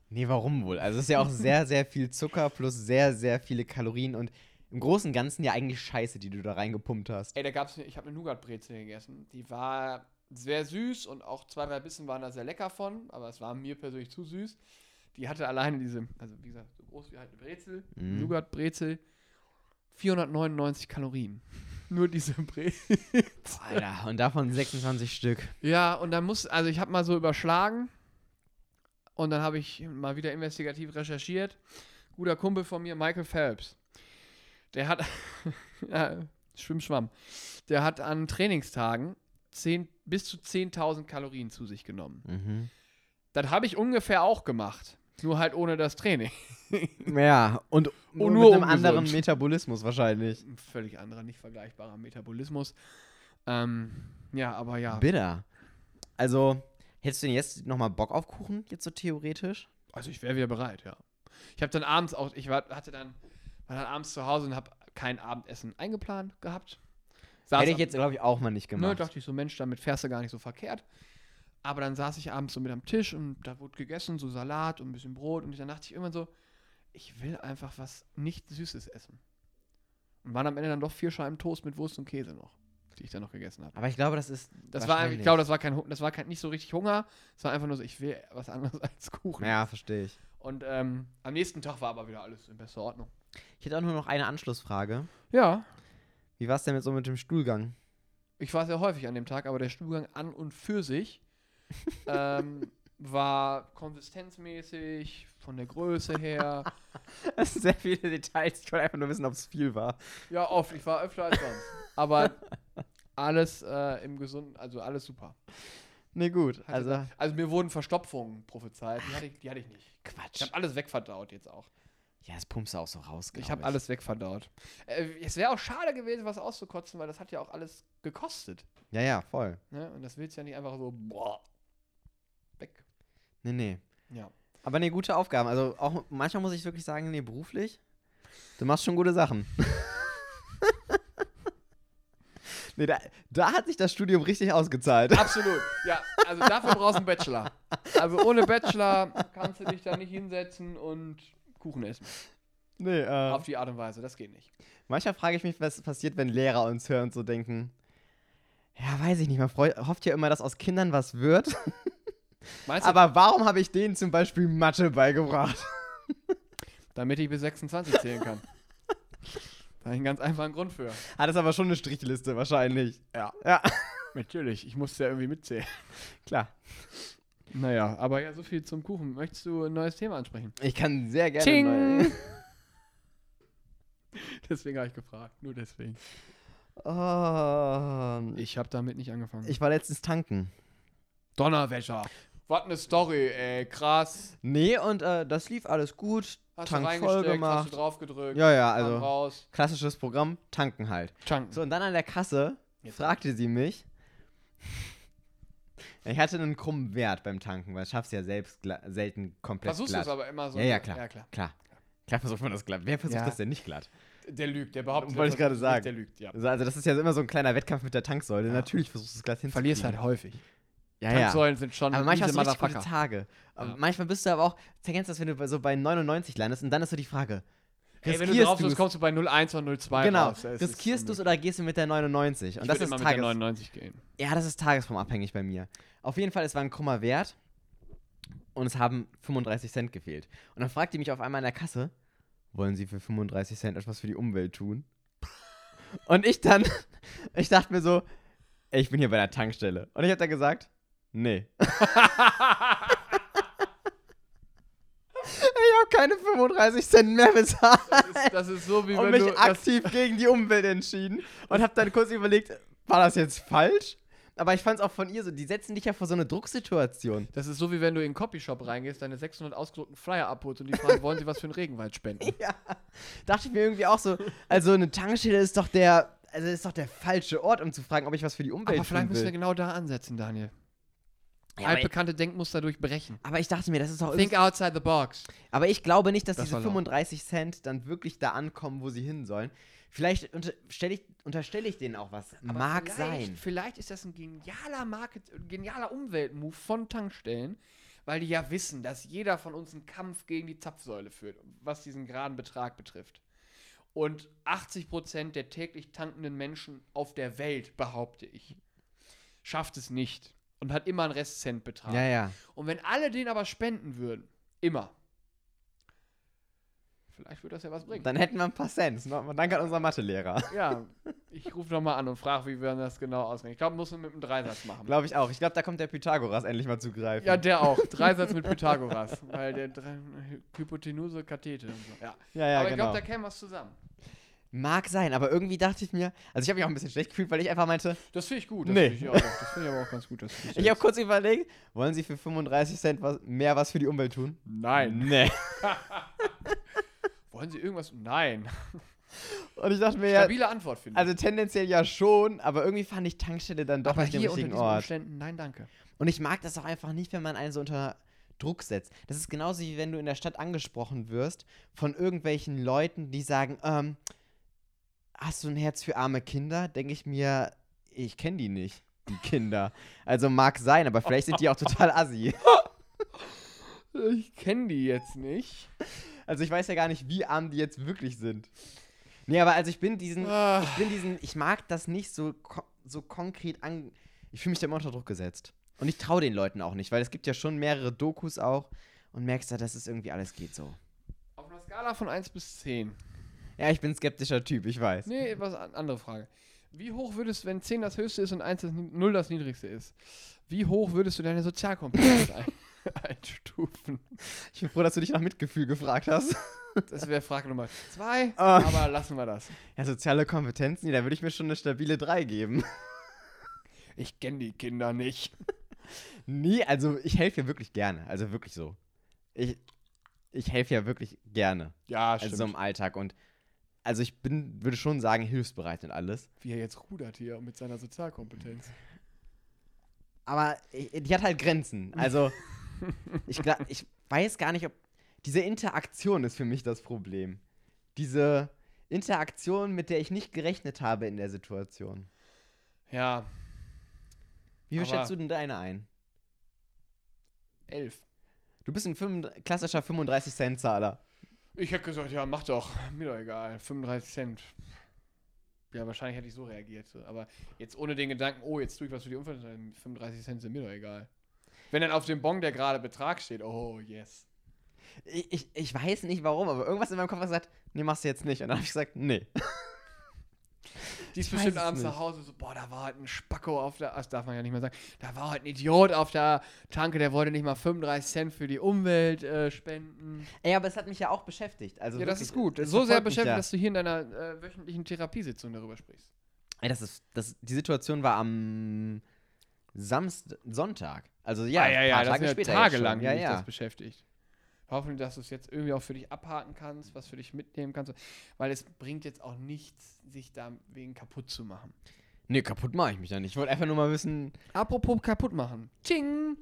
Speaker 2: Nee, warum wohl? Also es ist ja auch sehr, sehr viel Zucker plus sehr, sehr viele Kalorien und im Großen und Ganzen ja eigentlich Scheiße, die du da reingepumpt hast.
Speaker 1: Ey, da gab's, ich habe eine Nougat-Brezel gegessen. Die war sehr süß und auch zwei, drei Bissen waren da sehr lecker von, aber es war mir persönlich zu süß. Die hatte alleine diese, also wie gesagt, so groß wie halt eine Brezel,
Speaker 2: Mhm.
Speaker 1: Nougat-Brezel, 499 Kalorien. Nur diese Brezel.
Speaker 2: Alter, und davon 26 Stück.
Speaker 1: ja, und dann muss, also ich habe mal so überschlagen und dann habe ich mal wieder investigativ recherchiert. guter Kumpel von mir, Michael Phelps, der hat, ja, Schwimmschwamm, der hat an Trainingstagen 10, bis zu 10.000 Kalorien zu sich genommen.
Speaker 2: Mhm.
Speaker 1: Das habe ich ungefähr auch gemacht, nur halt ohne das Training.
Speaker 2: Ja, und nur,
Speaker 1: nur
Speaker 2: mit einem
Speaker 1: ungesund.
Speaker 2: anderen Metabolismus wahrscheinlich.
Speaker 1: Ein völlig anderer, nicht vergleichbarer Metabolismus. Ähm, ja, aber ja.
Speaker 2: Bitter. Also, hättest du denn jetzt nochmal Bock auf Kuchen, jetzt so theoretisch?
Speaker 1: Also ich wäre wieder bereit, ja. Ich habe dann abends auch, ich war, hatte dann, war dann abends zu Hause und habe kein Abendessen eingeplant gehabt. Saß
Speaker 2: Hätte
Speaker 1: am-
Speaker 2: ich jetzt, glaube ich, auch mal nicht
Speaker 1: Ne,
Speaker 2: gemacht.
Speaker 1: dachte ich so, Mensch, damit fährst du gar nicht so verkehrt. Aber dann saß ich abends so mit am Tisch und da wurde gegessen, so Salat und ein bisschen Brot. Und dann dachte ich irgendwann so, ich will einfach was nicht Süßes essen. Und waren am Ende dann doch vier Scheiben Toast mit Wurst und Käse noch, die ich dann noch gegessen habe.
Speaker 2: Aber ich glaube, das ist.
Speaker 1: Das war, ich
Speaker 2: wahrscheinlich-
Speaker 1: glaube, das war kein, Hu- das war kein, nicht so richtig Hunger. Es war einfach nur so, ich will was anderes als Kuchen.
Speaker 2: Ja, verstehe ich.
Speaker 1: Und ähm, am nächsten Tag war aber wieder alles in bester Ordnung.
Speaker 2: Ich hätte auch nur noch eine Anschlussfrage.
Speaker 1: Ja,
Speaker 2: Wie war es denn mit so mit dem Stuhlgang?
Speaker 1: ich war sehr häufig an dem Tag, aber der Stuhlgang an und für sich ähm, war konsistenzmäßig, von der Größe her.
Speaker 2: Das sind sehr viele Details. Ich wollte einfach nur wissen, ob es viel war.
Speaker 1: Ja, oft. Ich war öfter als sonst. Aber alles äh, im Gesunden, also alles super.
Speaker 2: Nee, gut.
Speaker 1: Hatte
Speaker 2: Also,
Speaker 1: da- also mir wurden Verstopfungen prophezeit. Die hatte ich, die hatte ich nicht. Ich
Speaker 2: Quatsch.
Speaker 1: habe alles wegverdaut jetzt auch.
Speaker 2: Ja, das pumpst du auch so raus, glaub
Speaker 1: Ich habe alles wegverdaut. Äh, es wäre auch schade gewesen, was auszukotzen, weil das hat ja auch alles gekostet.
Speaker 2: Ja, ja, voll.
Speaker 1: Ne? Und das willst du ja nicht einfach so boah, weg.
Speaker 2: Nee, nee.
Speaker 1: Ja.
Speaker 2: Aber nee, gute Aufgaben. Also auch manchmal muss ich wirklich sagen, nee, beruflich, du machst schon gute Sachen. nee, da, da hat sich das Studium richtig ausgezahlt.
Speaker 1: Absolut. Ja, also dafür brauchst du einen Bachelor. Also ohne Bachelor kannst du dich da nicht hinsetzen und Kuchen essen.
Speaker 2: Nee, äh,
Speaker 1: Auf die Art und Weise, das geht nicht.
Speaker 2: manchmal frage ich mich, was passiert, wenn Lehrer uns hören und so denken, ja, weiß ich nicht, man freu, hofft ja immer, dass aus Kindern was wird.
Speaker 1: Meinst du,
Speaker 2: Aber warum habe ich denen zum Beispiel Mathe beigebracht?
Speaker 1: damit ich bis 26 zählen kann? Da habe ich einen ganz einfachen Grund für.
Speaker 2: Hat es Ah, aber schon eine Strichliste wahrscheinlich. Ja. Ja,
Speaker 1: Natürlich, ich musste ja irgendwie mitzählen.
Speaker 2: klar.
Speaker 1: Naja, aber ja, so viel zum Kuchen. Möchtest du ein neues Thema ansprechen?
Speaker 2: Ich kann sehr gerne.
Speaker 1: Ting!
Speaker 2: Neue.
Speaker 1: Deswegen habe ich gefragt, nur deswegen.
Speaker 2: Oh,
Speaker 1: Ich habe damit nicht angefangen.
Speaker 2: ich war letztens tanken.
Speaker 1: Donnerwäscher. Was eine Story, ey, krass.
Speaker 2: Nee, und äh, das lief alles gut.
Speaker 1: Hast du
Speaker 2: Tank voll
Speaker 1: reingesteckt, hast
Speaker 2: gemacht.
Speaker 1: du draufgedrückt,
Speaker 2: Ja, ja,
Speaker 1: kam
Speaker 2: also
Speaker 1: raus.
Speaker 2: klassisches Programm, tanken halt.
Speaker 1: Chunken.
Speaker 2: So, und dann an der Kasse
Speaker 1: Jetzt.
Speaker 2: fragte sie mich. Ich hatte einen krummen Wert beim Tanken, weil ich schaff's ja selbst gla- selten komplett
Speaker 1: Versuchst du
Speaker 2: glatt.
Speaker 1: es aber immer so. ne?
Speaker 2: Ja, ja, klar.
Speaker 1: ja, klar.
Speaker 2: Klar. Klar versucht man das glatt. Wer versucht
Speaker 1: Ja.
Speaker 2: das denn nicht glatt?
Speaker 1: Der lügt, der behauptet.
Speaker 2: Wollte ich
Speaker 1: der versucht
Speaker 2: gerade
Speaker 1: nicht, Der lügt, ja.
Speaker 2: Also, also das ist ja immer so ein kleiner Wettkampf mit der Tanksäule.
Speaker 1: Ja.
Speaker 2: Natürlich versuchst du es glatt hinzukriegen.
Speaker 1: Verlierst halt häufig.
Speaker 2: Ja, ja.
Speaker 1: Tanksäulen sind schon
Speaker 2: Aber manchmal
Speaker 1: miese
Speaker 2: hast du richtig gute
Speaker 1: Motherfucker.
Speaker 2: Tage. Aber
Speaker 1: Ja.
Speaker 2: Manchmal bist du aber auch, kennst du das, wenn du bei- so bei 99 landest und dann ist so die Frage,
Speaker 1: Ey, wenn du
Speaker 2: riskierst
Speaker 1: drauf
Speaker 2: du's?
Speaker 1: bist, kommst du bei 01 oder 02
Speaker 2: Genau.
Speaker 1: raus. Es ist
Speaker 2: Riskierst du
Speaker 1: unmöglich.
Speaker 2: es oder gehst du mit der 99? Und
Speaker 1: Ich
Speaker 2: das
Speaker 1: würd
Speaker 2: ist
Speaker 1: immer mit der
Speaker 2: Tages
Speaker 1: 99 gehen.
Speaker 2: ja, das ist tagesformabhängig bei mir. Auf jeden Fall, es war ein krummer Wert und es haben 35 Cent gefehlt. Und dann fragt die mich auf einmal in der Kasse, wollen Sie für 35 Cent etwas für die Umwelt tun? Und ich dann, ich dachte mir so, ey, ich bin hier bei der Tankstelle. Und ich habe dann gesagt, nee. ich habe keine 35 Cent mehr bezahlt
Speaker 1: Das ist, das ist so, wie
Speaker 2: und
Speaker 1: wenn
Speaker 2: mich
Speaker 1: du. das-
Speaker 2: aktiv gegen die Umwelt entschieden und habe dann kurz überlegt, war das jetzt falsch? Aber ich fand es auch von ihr so, die setzen dich ja vor so eine Drucksituation.
Speaker 1: Das ist so, wie wenn du in einen Copyshop reingehst, deine 600 ausgedruckten Flyer abholst und die fragen, wollen sie was für einen Regenwald spenden?
Speaker 2: Dachte ich mir irgendwie auch so, also eine Tankstelle ist doch der, also ist doch der falsche Ort, um zu fragen, ob ich was für die Umwelt
Speaker 1: Aber vielleicht
Speaker 2: tun
Speaker 1: müssen wir
Speaker 2: will.
Speaker 1: genau da ansetzen, Daniel.
Speaker 2: Ja, aber, ich,
Speaker 1: Altbekannte Denkmuster durchbrechen.
Speaker 2: aber ich dachte mir, das ist doch
Speaker 1: Think outside the box.
Speaker 2: Aber ich glaube nicht, dass
Speaker 1: Das
Speaker 2: diese
Speaker 1: war laut.
Speaker 2: 35 Cent dann wirklich da ankommen, wo sie hin sollen. Vielleicht unterstelle ich, unterstell ich denen auch was.
Speaker 1: Aber
Speaker 2: Mag
Speaker 1: vielleicht-
Speaker 2: sein.
Speaker 1: Vielleicht ist das ein genialer Market, genialer Umweltmove von Tankstellen, weil die ja wissen, dass jeder von uns einen Kampf gegen die Zapfsäule führt, was diesen geraden Betrag betrifft. Und 80 Prozent der täglich tankenden Menschen auf der Welt, behaupte ich, schafft es nicht und hat immer einen Restcentbetrag.
Speaker 2: Ja, ja.
Speaker 1: Und wenn alle den aber spenden würden, immer, Vielleicht würde das ja was bringen.
Speaker 2: Dann hätten wir ein paar Cent. No- Danke an unseren Mathelehrer.
Speaker 1: ja, ich rufe nochmal an und frage, wie wir das genau ausrechnen. Ich glaube, muss man mit einem Dreisatz machen.
Speaker 2: Glaube ich auch. Ich glaube, da kommt der Pythagoras endlich mal zugreifen.
Speaker 1: ja, der auch. Dreisatz mit Pythagoras. Weil der Dre Hypotenuse, Kathete und so. Ja,
Speaker 2: ja, ja
Speaker 1: Aber ich
Speaker 2: genau.
Speaker 1: glaube, da käme was zusammen.
Speaker 2: Mag sein, aber irgendwie dachte ich mir, also ich habe mich auch ein bisschen schlecht gefühlt, weil ich einfach meinte,
Speaker 1: Das finde ich gut. Das
Speaker 2: Nee.
Speaker 1: finde ich, auch- das finde ich aber auch ganz gut. Dass du das
Speaker 2: ich habe kurz überlegt, wollen Sie für 35 Cent was, mehr was für die Umwelt tun?
Speaker 1: Nein.
Speaker 2: Nee.
Speaker 1: Wollen Sie irgendwas? Nein.
Speaker 2: Und ich dachte mir ja,
Speaker 1: Stabile Antwort finde ich.
Speaker 2: also tendenziell ja schon, aber irgendwie fand ich Tankstelle dann doch
Speaker 1: aber
Speaker 2: nicht den
Speaker 1: hier unter
Speaker 2: richtigen
Speaker 1: diesen
Speaker 2: Ort.
Speaker 1: Umständen, nein, danke.
Speaker 2: Und ich mag das auch einfach nicht, wenn man einen so unter Druck setzt. Das ist genauso wie wenn du in der Stadt angesprochen wirst von irgendwelchen Leuten, die sagen, ähm, hast du ein Herz für arme Kinder? Denke ich mir, ich kenne die nicht, die Kinder. Also mag sein, aber vielleicht sind die auch total assi.
Speaker 1: Ich kenne die jetzt nicht.
Speaker 2: Also ich weiß ja gar nicht, wie arm die jetzt wirklich sind. Nee, aber also ich bin diesen,
Speaker 1: Ah.
Speaker 2: ich bin diesen, ich mag das nicht so, ko so konkret an. Ich fühle mich da immer unter Druck gesetzt. Und ich traue den Leuten auch nicht, weil es gibt ja schon mehrere Dokus auch und merkst da, dass es irgendwie alles geht so.
Speaker 1: Auf einer Skala von 1 bis 10.
Speaker 2: Ja, ich bin ein skeptischer Typ, ich weiß.
Speaker 1: Nee, was an- andere Frage. Wie hoch würdest, wenn 10 das höchste ist und 1 das, ni- 0 das niedrigste ist, wie hoch würdest du deine Sozialkompetenz ein, einstufen?
Speaker 2: Ich bin froh, dass du dich nach Mitgefühl gefragt hast.
Speaker 1: Das wäre Frage Nummer 2,
Speaker 2: Ah.
Speaker 1: aber lassen wir das.
Speaker 2: Ja, soziale Kompetenzen, nee, da würde ich mir schon eine stabile 3 geben.
Speaker 1: Ich kenne die Kinder nicht.
Speaker 2: Nee, also ich helfe ja wirklich gerne. Also wirklich so. Ich, ich helfe ja wirklich gerne.
Speaker 1: Ja, stimmt.
Speaker 2: Also so im Alltag. Und also ich bin, würde schon sagen, hilfsbereit und alles.
Speaker 1: Wie er jetzt rudert hier mit seiner Sozialkompetenz.
Speaker 2: aber äh, die hat halt Grenzen. Also, ich, gla- ich weiß gar nicht, ob. Diese Interaktion ist für mich das Problem. Diese Interaktion, mit der ich nicht gerechnet habe in der Situation.
Speaker 1: Ja,
Speaker 2: Wie
Speaker 1: Aber-
Speaker 2: schätzt du denn deine ein?
Speaker 1: 11.
Speaker 2: Du bist ein fünfund- klassischer 35-Cent-Zahler.
Speaker 1: Ich hätte gesagt, ja, mach doch. Mir doch egal. 35 Cent. Ja, wahrscheinlich hätte ich so reagiert. so. Aber jetzt ohne den Gedanken, oh, jetzt tue ich was für die Umwelt. sondern 35 Cent sind mir doch egal. Wenn dann auf dem Bon der gerade Betrag steht, oh, yes.
Speaker 2: Ich, ich, ich weiß nicht warum, aber irgendwas in meinem Kopf hat gesagt, nee, machst du jetzt nicht. Und dann habe ich gesagt, nee.
Speaker 1: Die ist
Speaker 2: Ich weiß
Speaker 1: bestimmt
Speaker 2: es
Speaker 1: abends
Speaker 2: nicht.
Speaker 1: nach Hause so, boah, da war halt ein Spacko auf der, das darf man ja nicht mehr sagen, da war halt ein Idiot auf der Tanke, der wollte nicht mal 35 Cent für die Umwelt äh, spenden.
Speaker 2: Ey, aber es hat mich ja auch beschäftigt. Also
Speaker 1: ja, das
Speaker 2: wirklich,
Speaker 1: ist gut.
Speaker 2: es
Speaker 1: So sehr
Speaker 2: verfolgt mich
Speaker 1: beschäftigt,
Speaker 2: ja.
Speaker 1: dass du hier in deiner äh, wöchentlichen Therapiesitzung darüber sprichst.
Speaker 2: Ey, das ist, das, die Situation war am Samstag, Sonntag. Also ja,
Speaker 1: Ah, ja, ja,
Speaker 2: paar
Speaker 1: das
Speaker 2: Tage
Speaker 1: ist ja
Speaker 2: später. jetzt
Speaker 1: tagelang,
Speaker 2: schon.
Speaker 1: wie
Speaker 2: Ja,
Speaker 1: dich
Speaker 2: ja.
Speaker 1: das beschäftigt. Hoffentlich, dass du es jetzt irgendwie auch für dich abhaken kannst, was für dich mitnehmen kannst, weil es bringt jetzt auch nichts, sich da wegen kaputt zu machen.
Speaker 2: Nee, kaputt mache ich mich ja nicht. Ich wollte einfach nur mal wissen.
Speaker 1: Apropos kaputt machen. Ting!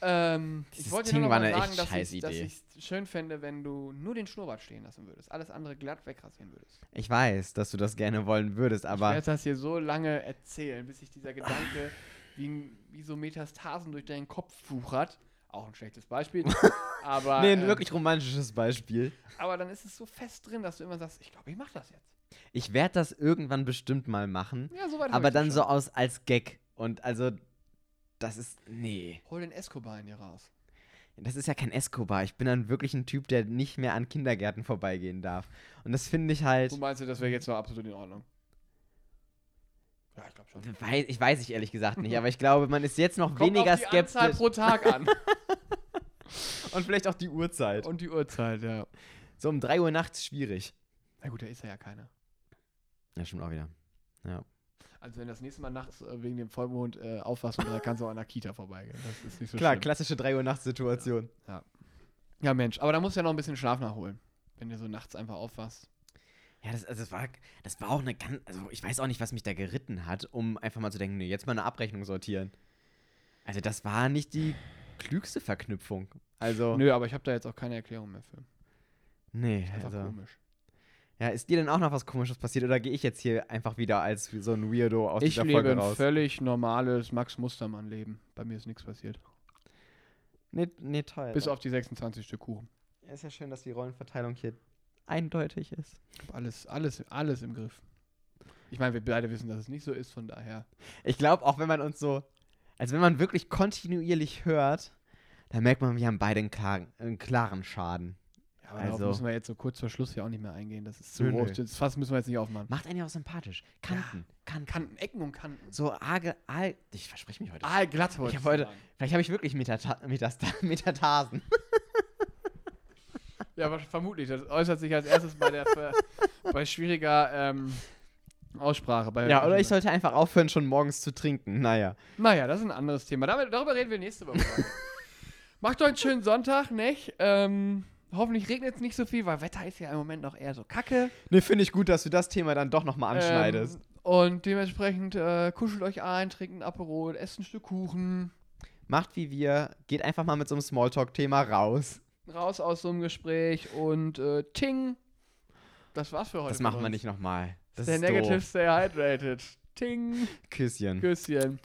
Speaker 1: Ähm, ich
Speaker 2: Dieses
Speaker 1: wollte
Speaker 2: Ting
Speaker 1: nur noch
Speaker 2: war
Speaker 1: mal
Speaker 2: eine
Speaker 1: sagen,
Speaker 2: echt
Speaker 1: dass
Speaker 2: scheiß
Speaker 1: ich
Speaker 2: Idee.
Speaker 1: es schön fände, wenn du nur den Schnurrbart stehen lassen würdest, alles andere glatt wegrasieren würdest.
Speaker 2: Ich weiß, dass du das gerne wollen würdest,
Speaker 1: Ich
Speaker 2: aber
Speaker 1: werde das hier so lange erzählen, bis sich dieser Gedanke wie, ein- wie so Metastasen durch deinen Kopf wuchert. Auch ein schlechtes Beispiel. aber
Speaker 2: nee, ein
Speaker 1: ähm,
Speaker 2: wirklich romantisches Beispiel.
Speaker 1: Aber dann ist es so fest drin, dass du immer sagst, ich glaube, ich mache das jetzt.
Speaker 2: Ich werde das irgendwann bestimmt mal machen,
Speaker 1: Ja, so weit hab
Speaker 2: aber
Speaker 1: ich
Speaker 2: dann
Speaker 1: das
Speaker 2: so
Speaker 1: schon.
Speaker 2: aus als Gag und also das ist nee,
Speaker 1: Hol den Escobar in dir raus.
Speaker 2: das ist ja kein Escobar. Ich bin dann wirklich ein Typ, der nicht mehr an Kindergärten vorbeigehen darf und das finde ich halt
Speaker 1: Du meinst, das wäre jetzt noch absolut in Ordnung? Ja, ich glaube schon.
Speaker 2: Weiß, ich weiß ich ehrlich gesagt nicht, aber ich glaube, man ist jetzt noch
Speaker 1: Kommt
Speaker 2: weniger
Speaker 1: auf die Anzahl
Speaker 2: skeptisch.
Speaker 1: pro Tag an.
Speaker 2: Und vielleicht auch die Uhrzeit.
Speaker 1: Und die Uhrzeit, ja.
Speaker 2: So um 3 Uhr nachts schwierig.
Speaker 1: Na gut, da ist er ja keiner.
Speaker 2: Ja, stimmt auch wieder.
Speaker 1: Also wenn das nächste Mal nachts äh, wegen dem Vollmond äh, aufwachst, und da kannst du auch an der Kita vorbeigehen. Das ist nicht so
Speaker 2: Klar,
Speaker 1: schlimm.
Speaker 2: klassische 3 Uhr nachts Situation.
Speaker 1: Ja, Mensch, aber da musst du ja noch ein bisschen Schlaf nachholen, wenn du so nachts einfach aufwachst.
Speaker 2: Ja, das, also das, war, das war auch eine ganz. Also ich weiß auch nicht, was mich da geritten hat, um einfach mal zu denken, nee, jetzt mal eine Abrechnung sortieren. Also das war nicht die klügste Verknüpfung. Also.
Speaker 1: Nö, aber ich habe da jetzt auch keine Erklärung mehr für.
Speaker 2: Nee,
Speaker 1: Einfach
Speaker 2: also.
Speaker 1: komisch.
Speaker 2: Ja, ist dir denn auch noch was komisches passiert oder gehe ich jetzt hier einfach wieder als so ein Weirdo aus
Speaker 1: Ich
Speaker 2: dieser
Speaker 1: lebe
Speaker 2: Folge
Speaker 1: ein
Speaker 2: raus?
Speaker 1: völlig normales Max Mustermann-Leben. Bei mir ist nichts passiert.
Speaker 2: Nee, nee, toll.
Speaker 1: Bis auf die 26 Stück Kuchen.
Speaker 2: Ist ja schön, dass die Rollenverteilung hier eindeutig ist.
Speaker 1: Ich hab Alles, alles, alles im Griff. Ich meine, wir beide wissen, dass es nicht so ist, von daher.
Speaker 2: Ich glaube, auch wenn man uns so, also wenn man wirklich kontinuierlich hört, dann merkt man, wir haben beide einen klaren, einen klaren Schaden.
Speaker 1: Ja, aber darauf
Speaker 2: Also-
Speaker 1: müssen wir jetzt so kurz vor Schluss ja auch nicht mehr eingehen. Das ist zu
Speaker 2: Nö, nö.
Speaker 1: groß. Das Fass müssen wir jetzt nicht aufmachen.
Speaker 2: Macht einen ja auch sympathisch. Kanten, Kanten.
Speaker 1: Kanten, Ecken und Kanten.
Speaker 2: So arge, al, ich verspreche mich heute.
Speaker 1: Ah, glatt
Speaker 2: ich
Speaker 1: heute.
Speaker 2: hab heute vielleicht habe ich wirklich Metata Metasta Metatarsen.
Speaker 1: Ja, aber vermutlich. Das äußert sich als erstes bei der Ver bei schwieriger ähm, Aussprache. Bei
Speaker 2: Ja, oder ich sollte einfach aufhören, schon morgens zu trinken. Naja.
Speaker 1: Naja, das ist ein anderes Thema. Damit, darüber reden wir nächste Woche. Macht euch einen schönen Sonntag, nicht? Ähm, hoffentlich regnet es nicht so viel, weil Wetter ist ja im Moment noch eher so kacke.
Speaker 2: Ne, finde ich gut, dass du das Thema dann doch nochmal anschneidest.
Speaker 1: Ähm, und dementsprechend äh, kuschelt euch ein, trinkt ein Aperol, esst ein Stück Kuchen.
Speaker 2: Macht wie wir, geht einfach mal mit so einem Smalltalk-Thema raus.
Speaker 1: Raus aus so einem Gespräch und äh, ting. Das war's für heute.
Speaker 2: Das machen
Speaker 1: von
Speaker 2: wir
Speaker 1: uns.
Speaker 2: nicht nochmal. Das
Speaker 1: Stay
Speaker 2: ist
Speaker 1: negative,
Speaker 2: negativ.
Speaker 1: stay hydrated. Ting.
Speaker 2: Doof. Küsschen.
Speaker 1: Küsschen.